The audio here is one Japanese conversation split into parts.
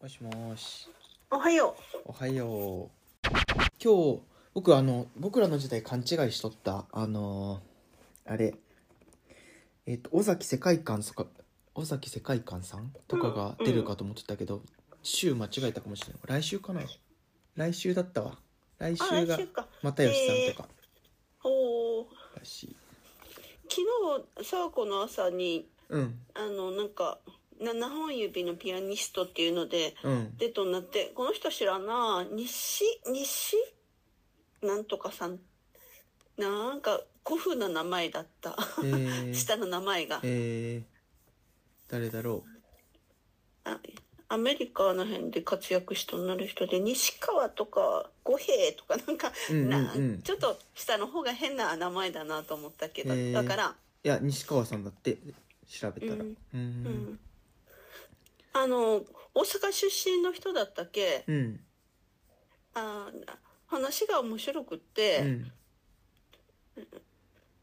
もしもし。おはよおはよう。今日、僕あの、僕らの時代勘違いしとった、あのーあれ、えっ、と、尾崎世界観とか、尾崎世界観さんとかが出るかと思ってたけど、週間違えたかもしれない。来週かな来週だったわ。来う。あ、週来が週、か。又吉さんとかおお。らしい。昨日、さわこの朝に、うん、あの、なんか、7本指のピアニストっていうので、うん。デートになって、この人知らな、西、西なんとかさん。なんか、古風な名前だった。えー、 下の名前が。えー、誰だろあアメリカの辺で活躍しとなる人で、西川とか、五平とか、なんか、う。うんうんなうん。ちょっと下の方が変な名前だなと思ったけど、へーだから、いや、西川さんだって、調べたら。ううんん。うんあの大阪出身の人だったっけうん。あー話が面白くっうて、ん。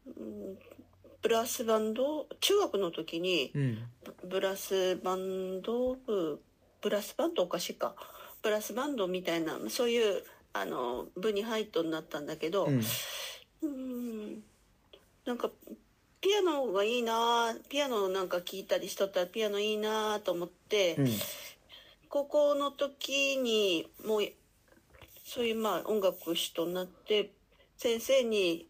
うんブラスバンド中学の時にうん。ブラスバンド部ブラスバンドおかしいかブラスバンドみたいなそういうあの部に入っとになったんだけど、うん。うんなんかピアノがいいなーピアノなんか聴いたりしとったらピアノいいなーと思って。うん。高校の時にもうそういうまあ音楽師となって先生に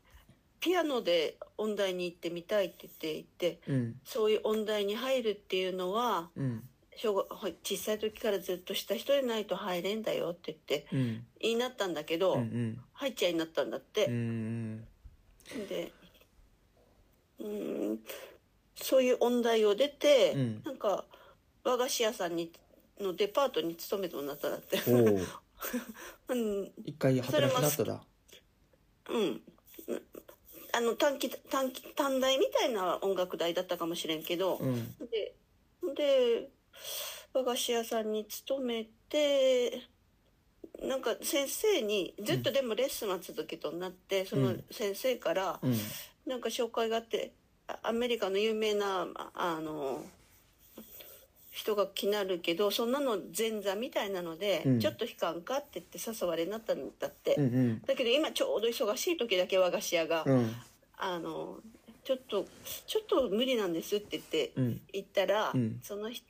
ピアノで音大に行ってみたいって言っていてうん。そういう音大に入るっていうのはうん。小学ほ小さい時からずっとした人でないと入れんだよって言ってうん。言いなったんだけど、うん。入っちゃいになったんだってう、ん。でうんそういう音大を出て、うんなんか和菓子屋さんにのデパートに勤めてもらったんだって。おお。 うん、一回働きなっただ。うん、あの短期短期短大みたいな音楽大だったかもしれんけど、うん。でで和菓子屋さんに勤めてなんか先生にずっとでもレッスンは続けとなって、その先生からうん。なんか紹介があってあアメリカの有名なああの人が来なるけどそんなの前座みたいなので、うんちょっと引かんかって言って誘われになったんだって。うん。うん。だけど今ちょうど忙しい時だけ和菓子屋が、うん。あのちょっとちょっと無理なんですって言ってうん。言ったら、うんその人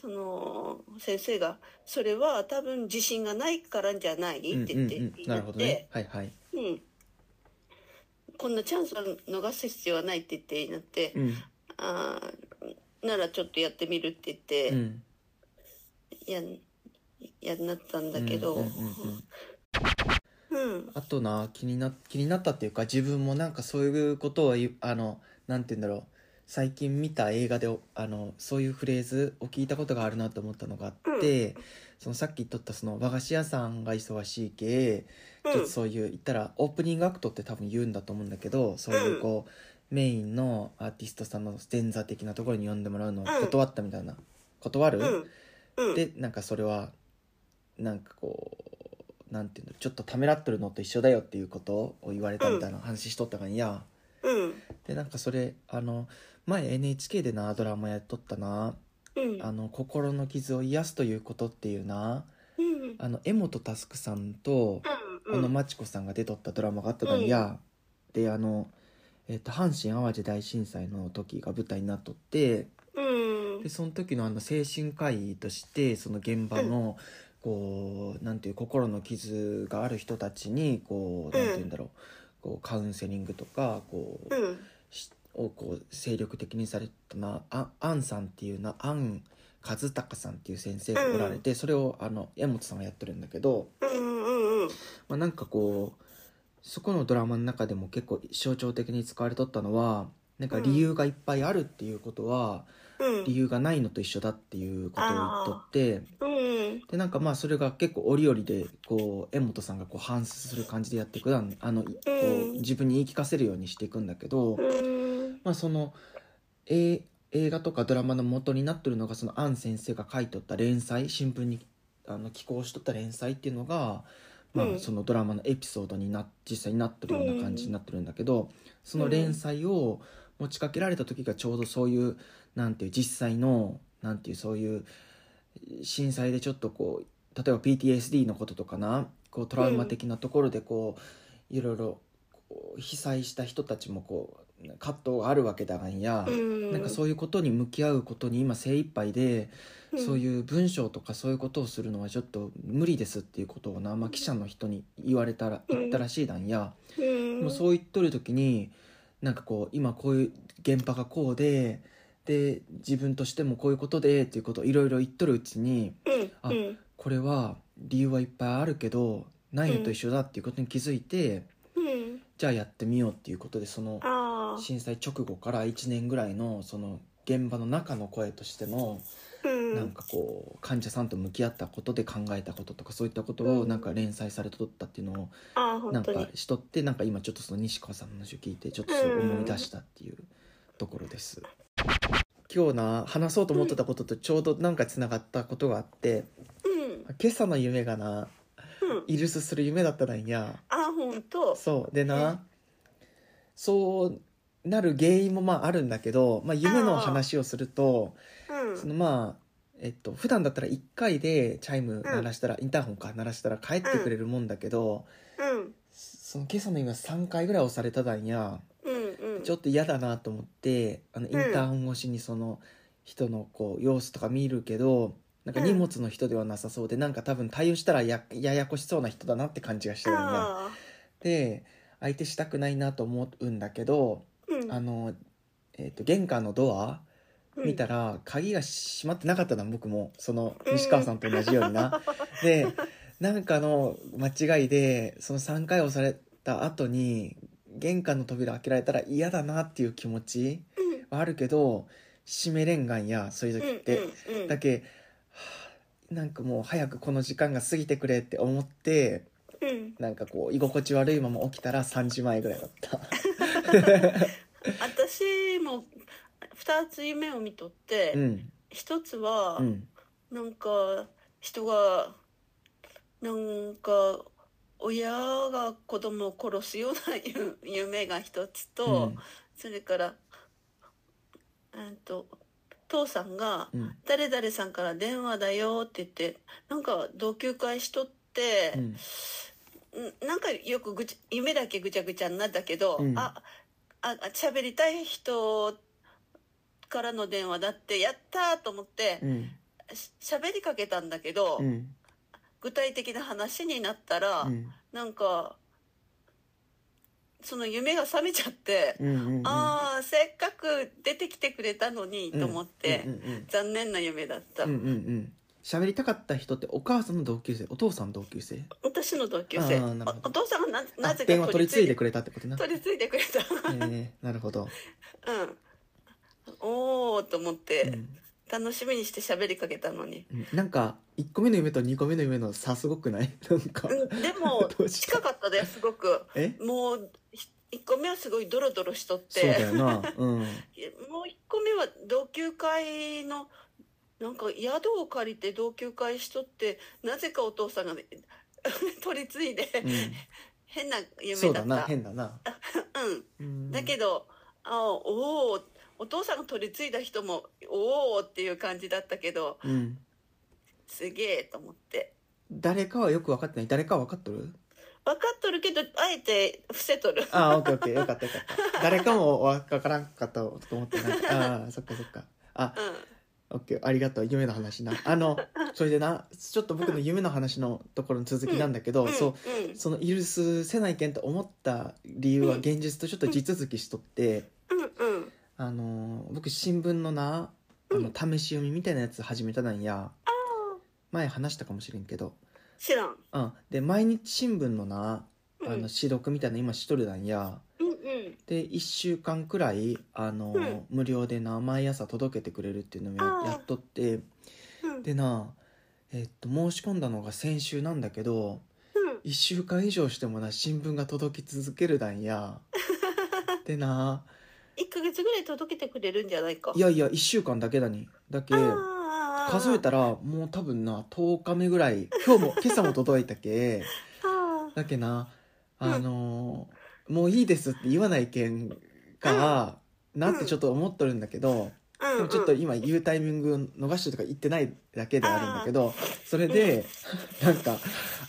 その先生が「それは多分自信がないからじゃない?」ってうん。言って言って、なるほどね。はいはい。うんこんなチャンスを逃す必要はないって言って言いなって、うん。あーならちょっとやってみるって言って、うん。やんやんなったんだけど、うんうん。うんあとな、気にな、気になったっていうか、自分もなんかそういうことを、あの、なんて言うんだろう。最近見た映画で、あの、そういうフレーズを聞いたことがあるなと思ったのがあって、そのさっき言っとったその和菓子屋さんが忙しい系、うんちょっとそういう言ったらオープニングアクトって多分言うんだと思うんだけどそういうこうメインのアーティストさんの前座的なところに呼んでもらうのをうん断ったみたいな断る、うんうんでなんかそれはなんかこうなんていうのちょっとためらっとるのと一緒だよっていうことを言われたみたいな話しとったがんや、うんでなんかそれあの前 NHK でなドラマやっとったなうんあの心の傷を癒すということっていうなうんあの柄本佑さんとうあんのまちこさんが出とったドラマがあったのや、であの、えっと阪神・淡路大震災の時が舞台になっとってうんでその時のあの精神科医としてその現場の、こうなんていう心の傷がある人たちにこうなんて言うんだろう、こうカウンセリングとかこう、うんしをこう精力的にされたなあアンさんっていうなアン和孝さんっていう先生がおられて、それをあの山本さんがやってるんだけど。うんうんうんまあ、なんかこうそこのドラマの中でも結構象徴的に使われとったのはなんか理由がいっぱいあるっていうことは、うん理由がないのと一緒だっていうことを言っとってうんでなんかまあそれが結構折々でこう柄本さんがこう反芻する感じでやっていく段あの、こう自分に言い聞かせるようにしていくんだけど、うんまあ、その、え映画とかドラマの元になってるのがそのアン先生が書いとった連載新聞にあの寄稿しとった連載っていうのが、まうんあ、そのドラマのエピソードにな実際になってるような感じになってるんだけどその連載を持ちかけられた時がちょうどそういうなんていう実際のなんていうそういう震災でちょっとこう例えば PTSD のこととかなこうトラウマ的なところでこう、いろいろこう被災した人たちもこう葛藤があるわけだがんや、うんなんかそういうことに向き合うことに今精一杯で、うんそういう文章とかそういうことをするのはちょっと無理ですっていうことをな、まあ、記者の人に言われたらうん言ったらしいだんや、うんもうそう言っとる時になんかこう今こういう現場がこうでで自分としてもこういうことでっていうことをいろいろ言っとるうちにうんあうんこれは理由はいっぱいあるけどないのと一緒だっていうことに気づいて、うんじゃあやってみようっていうことでそのああ震災直後から1年ぐらいのその現場の中の声としてのうんなんかこう患者さんと向き合ったことで考えたこととかそういったことうをんなんか連載されとったっていうのああをな本ん当かにしとってなんか今ちょっとその西川さんの話を聞いてちょっとそう思い出したっていうところです。今日な話そうと思ってたこととちょうどなんかつながったことがあってうん今朝の夢がなうんイルスする夢だったなんや。ああ本当そうでなそうなる原因もまああるんだけど、まあ、夢の話をするとうんそのまあえっと普段だったら1回でチャイム鳴らしたら、インターホンか鳴らしたら帰ってくれるもんだけど、うんその今朝の夢は3回ぐらい押されただんやうんうんちょっと嫌だなと思ってあのインターホン越しにその人のこう様子とか見るけどなんか荷物の人ではなさそうで、なんか多分対応したらやややこしそうな人だなって感じがしてたんや。ああで相手したくないなと思うんだけど、うんあの、えー、と玄関のドアうん見たら鍵が閉まってなかったな僕もその西川さんと同じように な。でなんかの間違いでその3回押された後に玄関の扉開けられたら嫌だなっていう気持ちうんはあるけど閉めれんがんやそういう時って。うんうんだけはあなんかもう早くこの時間が過ぎてくれって思ってうんなんかこう居心地悪いまま起きたら3時前ぐらいだった。私も2つ夢を見とって、うん1つは、うんなんか人がなんか親が子供を殺すような ゆ夢が一つと、それから、うん、と父さんがうんうん「誰々さんから電話だよ」って言ってなんか同級会しとって、うんんなんかよくぐち夢だけぐちゃぐちゃになったけど、うんあああ喋りたい人からの電話だってやったーと思って。うんし喋りかけたんだけど、うん具体的な話になったら、うんなんかその夢が覚めちゃって、うんうんうんああせっかく出てきてくれたのにと思って、うんうん残念な夢だった、うんうんうんうん喋りたかった人ってお母さんの同級生お父さんの同級生私の同級生あーなるおほどお父さんがななあぜ電か話取り継いでくくれたってことなれ取り継いでくれた、えーなるほど、 うんおおと思って、うん楽しみにして喋りかけたのに、うんなんか1個目の夢と2個目の夢の差すごくないなんかうん、でも どうした近かったですごくえもう1個目はすごいドロドロしとってそうだよなうんもう一個目は同級会のなんか宿を借りて同級会しとってなぜかお父さんがね 取り継いでうん変なそ夢うだだっなた変だなううんんだけどあおおお父さんが取り継いだ人もおおっていう感じだったけどうんすげえと思って誰かはよく分かってない誰かは分かっとる分かっとるけどあえて伏せとるああ、オッケーオッケー、よかったよかった。誰かもわからんかったと思ってない。ああ、そっかそっか。あ、オッケー、ありがとう。夢の話な。あの、それでな、ちょっと僕の夢の話のところの続きなんだけど、うんんそう、うんそのイルスせないけんと思った理由はうん現実とちょっと地続きしとって、うんうんあのー、僕新聞のな、あの、試し読みみたいなやつ始めたなんや。前話したかもしれんけど。知らんうん。で、毎日新聞のな、うんあの、指読みたいな今しとるなんや。うんうんで1週間くらいあの、うん無料でな毎朝届けてくれるっていうのあをーややっとってうんでなえっと申し込んだのが先週なんだけどうん1週間以上してもな新聞が届き続けるだんや でな1ヶ月ぐらい届けてくれるんじゃないかいやいや1週間だけだにだけあー数えたらもう多分な10日目ぐらい今 日も今朝も届いたけあだけなあのもういいですって言わないけんかなってちょっと思っとるんだけど、ーうんでもちょっと今言うタイミングを逃してとか言ってないだけであるんだけどそれでなんか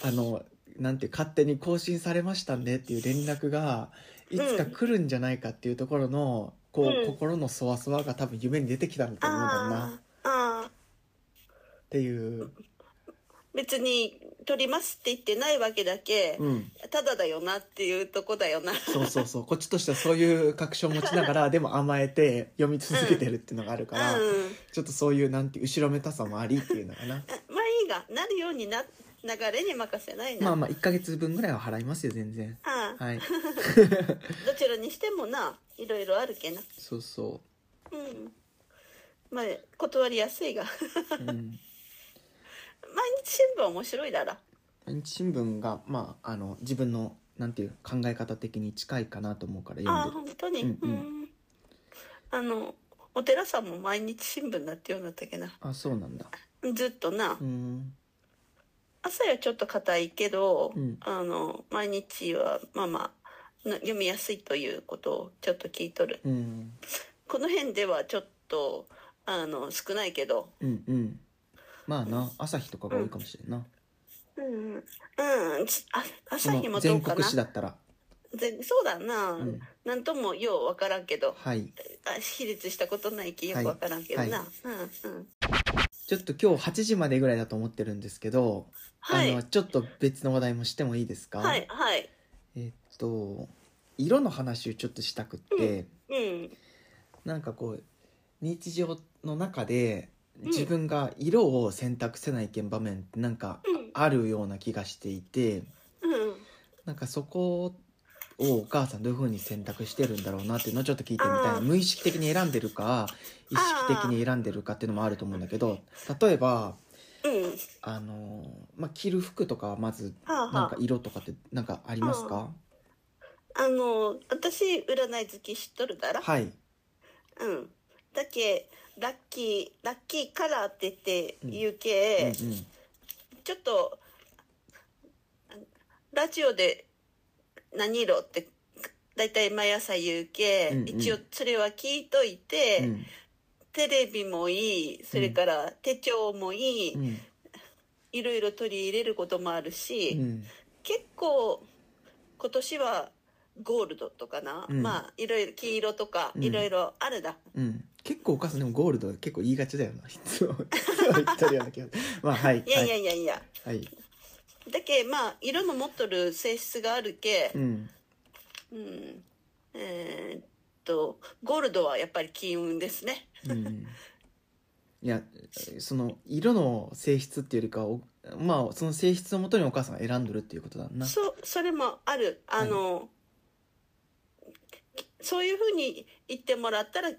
あのなんていう勝手に更新されましたんでっていう連絡がいつか来るんじゃないかっていうところのこううん心のそわそわが多分夢に出てきたんだと思うんだろうなっあーあーていう、別に取りますって言ってないわけだけ、うん、ただだよなっていうとこだよなそうそうそうこっちとしてはそういう確証を持ちながらでも甘えて読み続けてるっていうのがあるから、うんちょっとそういうなんて後ろめたさもありっていうのかな。まあいいがなるようにな流れに任せないな、まあまあ1ヶ月分ぐらいは払いますよ全然ああはいどちらにしてもないろいろあるけなそうそうんまあ断りやすいが う、うん、毎日新聞面白いだら毎日新聞がまああの自分のなんていう考え方的に近いかなと思うからああ読んで本当にうんうんうんあのお寺さんも毎日新聞だってようになったっけなあそうなんだずっとな、うん朝はちょっと硬いけど、うんあの毎日はまあまあな読みやすいということをちょっと聞いとるうんこの辺ではちょっとあの少ないけどうんうんまあな朝日とかが多いかもしれんな、うんうんあ朝日このもどう全か国な紙だったら、ぜそうだな、うん、なんともようわからんけどはいあ比率したことないきよくわからんけどな、はうんうんちょっと今日8時までぐらいだと思ってるんですけど、はあいのちょっと別の話題もしてもいいですか、はいはいえっと色の話をちょっとしたくって、うんなんかこう日常の中で自分が色を選択せないけん場面ってなんかうんあるような気がしていてうんなんかそこをお母さんどういう風に選択してるんだろうなっていうのをちょっと聞いてみたいあなー無意識的に選んでるか意識的に選んでるかっていうのもあると思うんだけど例えばうんあのーまあ、着る服とかはまずはあなんはか色とかってなんかありますかああの私占い好き知っとるだらはいうん。だけラッキーラッキーカラーって言ってうん言うけ、うんうんちょっとあラジオで何色ってだいたい毎朝言うけ、うんうん一応それは聞いといて、うんテレビもいいそれから手帳もいい、うんいろいろ取り入れることもあるし、うん結構今年はゴールドとかな、うんまあいろいろ黄色とかうんいろいろあるだ、うん、結構お母さんでもゴールド結構言いがちだよ ないつもいつも言ってるような気がまあはいいやいやいやいや、はい、はい、だけまあ色の持っとる性質があるけう、んうん、えーっとゴールドはやっぱり金運ですねうんいやその色の性質っていうよりかはおまあその性質をもとにお母さんが選んどるっていうことだなそそれもあるあの、そういうふうに言ってもらったら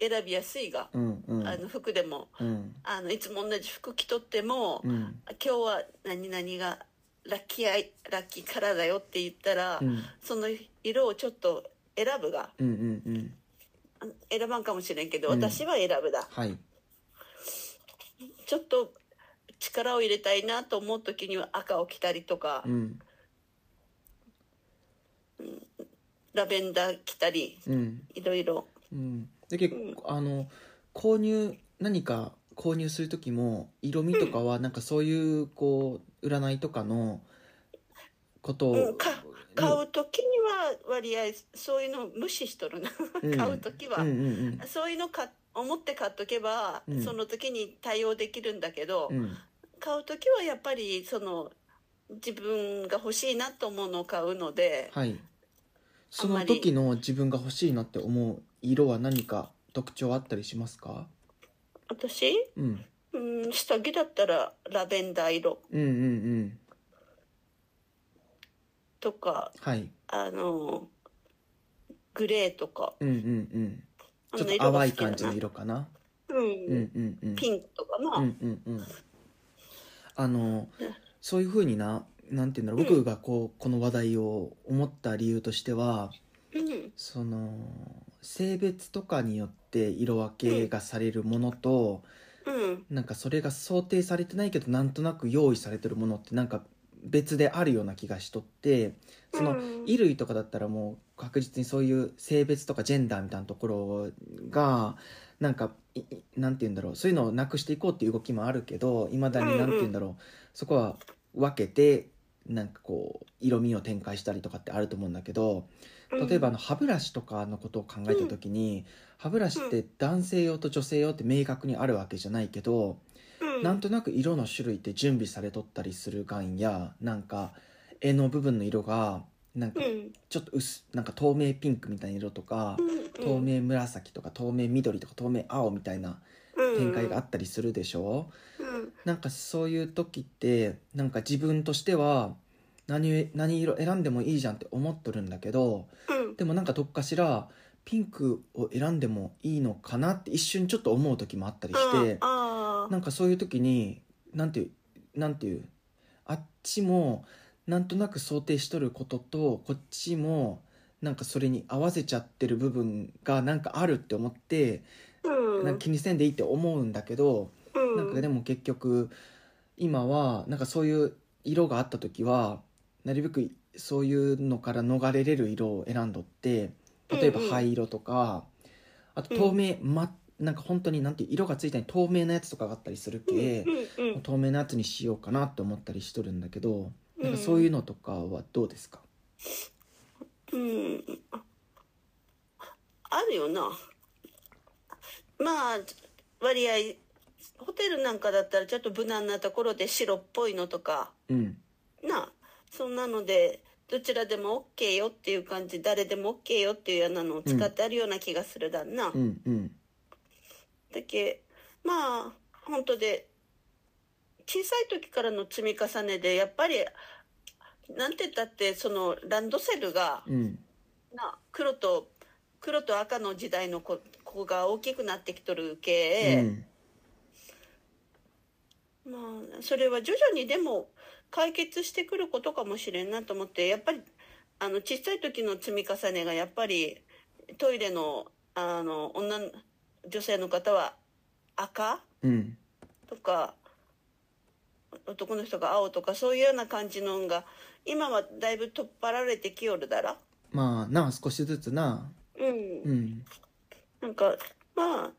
選びやすいが、うんうんあの服でもうんあのいつも同じ服着とっても、うん今日は何々がラッキーアイラッキーカラーだよって言ったら、うんその色をちょっと選ぶがうんうんうんあの選ばんかもしれんけど、うん私は選ぶだはいちょっと力を入れたいなと思う時には赤を着たりとか、うんラベンダー着たりうんいろいろうんだけど、うんあの購入何か購入する時も色味とかはなんかそういうこう占いとかのことを、うんか買う時には割合そういうのを無視しとるな、うん買う時は、うんうんそういうのか思って買っとけば、うんその時に対応できるんだけど、うんうん買う時はやっぱりその自分が欲しいなと思うのを買うので、はいそあんまのり時の自分が欲しいなって思う色は何か特徴あったりしますか、私うん、うん下着だったらラベンダー色うんうんうんとかはいあのグレーとかうんうんうあんちのょっと色が淡好いきだ感なじの色かなううんんうんうんピンクとかな、うんうんうんあのうんそういうふうにななんていうんだろううん僕がこうこの話題を思った理由としてはうんその性別とかによって色分けがされるものと、うんなんかそれが想定されてないけどなんとなく用意されてるものってなんか別であるような気がしとってそのうん衣類とかだったらもう確実にそういう性別とかジェンダーみたいなところがなんかいいなんて言うんだろうそういうのをなくしていこうっていう動きもあるけどいまだになんて言うんだろう、そこは分けてなんかこう色味を展開したりとかってあると思うんだけど例えばあの歯ブラシとかのことを考えた時に、歯ブラシって男性用と女性用って明確にあるわけじゃないけど、うんなんとなく色の種類って準備されとったりするがんやなんか柄の部分の色がなんかうんちょっと薄なんか透明ピンクみたいな色とかうん透明紫とか透明緑とか透明青みたいな展開があっったりするでしょて、うんなんかそういう時ってなんか自分としては何何色選んでもいいじゃんって思っとるんだけどうんでもなんかどっかしらピンクを選んでもいいのかなって一瞬ちょっと思う時もあったりして。あーなんかそういう時になんていうなんていうあっちもなんとなく想定しとることとこっちもなんかそれに合わせちゃってる部分がなんかあるって思って、うんなんか気にせんでいいって思うんだけど、うんなんかでも結局今はなんかそういう色があった時はなるべくそういうのから逃れれる色を選んどって例えばうんうん灰色とか、あと透明、ま、なんか本当になんていう色がついたに透明なやつとかがあったりするけ、うんうん透明なやつにしようかなって思ったりしとるんだけど、うんなんかそういうのとかはどうですかうんあるよなまあ割合ホテルなんかだったらちょっと無難なところで白っぽいのとかうんなそんなのでどちらでも OK よっていう感じ誰でも OK よっていうようなのを使ってあるような気がするだんな、うんうんだけまあ本当で小さい時からの積み重ねでやっぱりなんて言ったってそのランドセルがうんな黒と黒と赤の時代の子子が大きくなってきとるうけ、んまあそれは徐々にでも解決してくることかもしれんなと思ってやっぱりあの小さい時の積み重ねがやっぱりトイレのあの女の女性の方は赤うんとか男の人が青とかそういうような感じのんが今はだいぶ取っ払われてきよるだらまあなあ少しずつなうんうんなんかまあ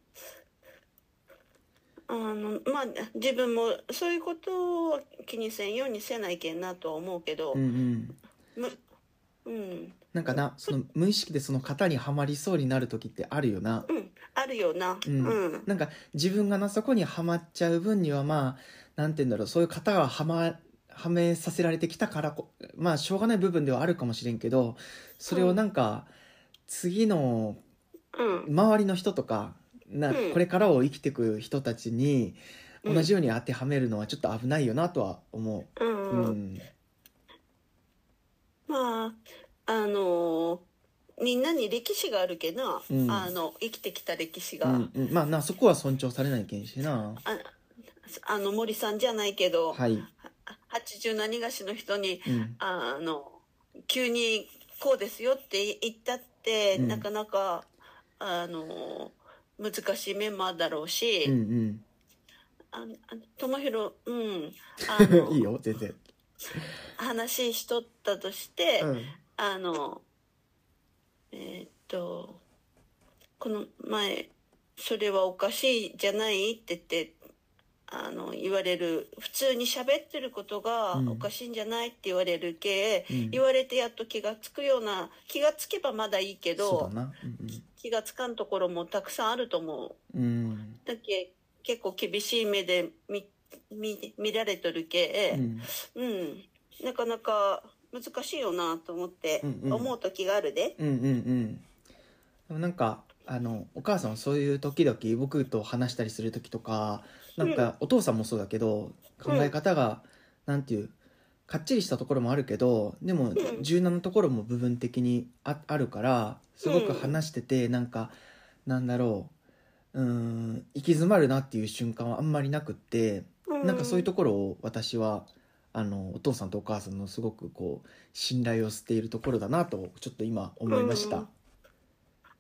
あのまあ自分もそういうことは気にせんようにせないけんなとは思うけどうんうんむうんなんかなその無意識でその型にはまりそうになる時ってあるよなうんあるよなうんうんなんか自分がなそこにはまっちゃう分にはまあなんて言うんだろうそういう型がはまはめさせられてきたからこまあしょうがない部分ではあるかもしれんけどそれをなんか次のうん周りの人とかなうんこれからを生きていく人たちにうん同じように当てはめるのはちょっと危ないよなとは思うう。ん、うんまああのみんなに歴史があるけな、うんあの生きてきた歴史うが、んうん、まあなそこは尊重されないけんしな。ああの森さんじゃないけど、はい。 80何がしの人にうんあの急にこうですよって言ったって、うんなかなかあの難しいメンバーだろうし、うんああともひろ うんあうん。のいいよ全然。話しとったとして、うんあのえーっとこの前それはおかしいじゃないって言ってあの言われる普通に喋ってることがうんおかしいんじゃないって言われる系、うん言われてやっと気がつくような気がつけばまだいいけそうどだな。うん気がつかんところもたくさんあると思うん。うんうだけ結構厳しい目で見見見られとるう系、んうんなかなか難しいよなと思ってうんうん思う時があるで。うんうんうん。でもなんかあのお母さんはそういう時々僕と話したりする時とかなんかお父さんもそうだけど考え方が、なんていうかっちりしたところもあるけどでもん柔軟なところも部分的にああるからすごく話しててなんかなんだろううーん行き詰まるなっていう瞬間はあんまりなくってなんかそういうところを私はあのお父さんとお母さんのすごくこう信頼を捨ているところだなとちょっと今思いました。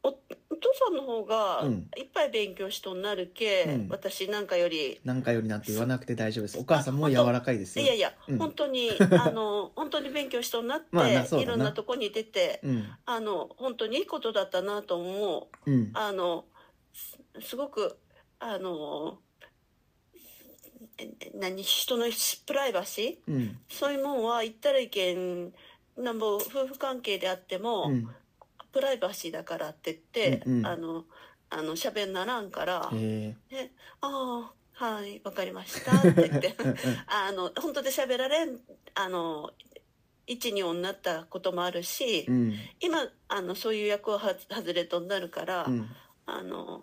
おお父さんの方がうんいっぱい勉強しとんなるけ、うん私なんかよりなんかよりなんて言わなくて大丈夫です。お母さんも柔らかいですよいや。いや、うん本 当にあの本当に勉強しとんなって、まあなそうだないろんなとこに出てうんあの本当にいいことだったなと思ううんあのすごくあのえ何人のプライバシーうんそういうもんは言ったらいけんなんぼ夫婦関係であっても、うんプライバシーだからって言って、うんうんあのあの喋んならんから「へああはいわかりました」って言っ てえうんあの本当で喋られんあの一二音になったこともあるし、うん今あのそういう役をは外れとになるから、うんあの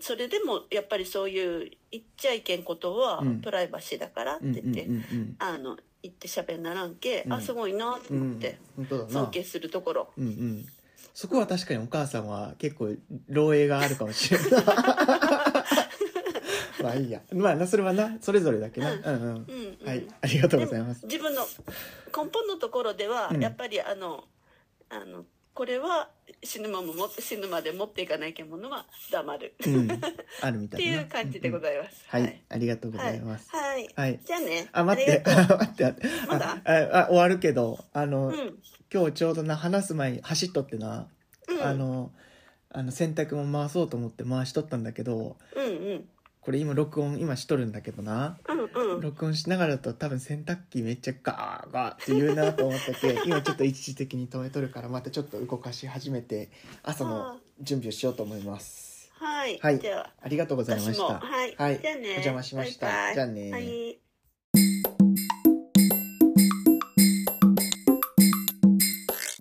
それでもやっぱりそういう言っちゃいけんことはうんプライバシーだからってうんうん言って、うんあの言って喋んならんけ、うあんすごいなってうんう思っんて本当だな尊敬するところ。うんうんそこは確かにお母さんは結構漏洩があるかもしれないまあいいやまあなそれはなそれぞれだけな、ううんんうんうんうんはいありがとうございます自分の根本のところでは、うんやっぱりあのあのこれは死ぬまもも死ぬまで持っていかないけんものは黙るうっん あるみたていいなう感じでごいざいます。ます、はいありがとうございます、はい。はいはいじゃあね。あ待ってありがと 待って待ってまだあああ終わるけどあの、ううん。今日ちょうどな話す前に走っとってな、うん。あのあの洗濯も回そうと思って回しとったんだけどうんうん。これ今録音今しとるんだけどなうんうん。録音しながらだと多分洗濯機めっちゃガーガーって言うなと思って て今ちょっと一時的に止めとるからまたちょっと動かし始めて朝の準備をしようと思いますはい。はいでは、ありがとうございまし私もたはいはい、じゃあねお邪魔しましたバイバイじゃあねはい。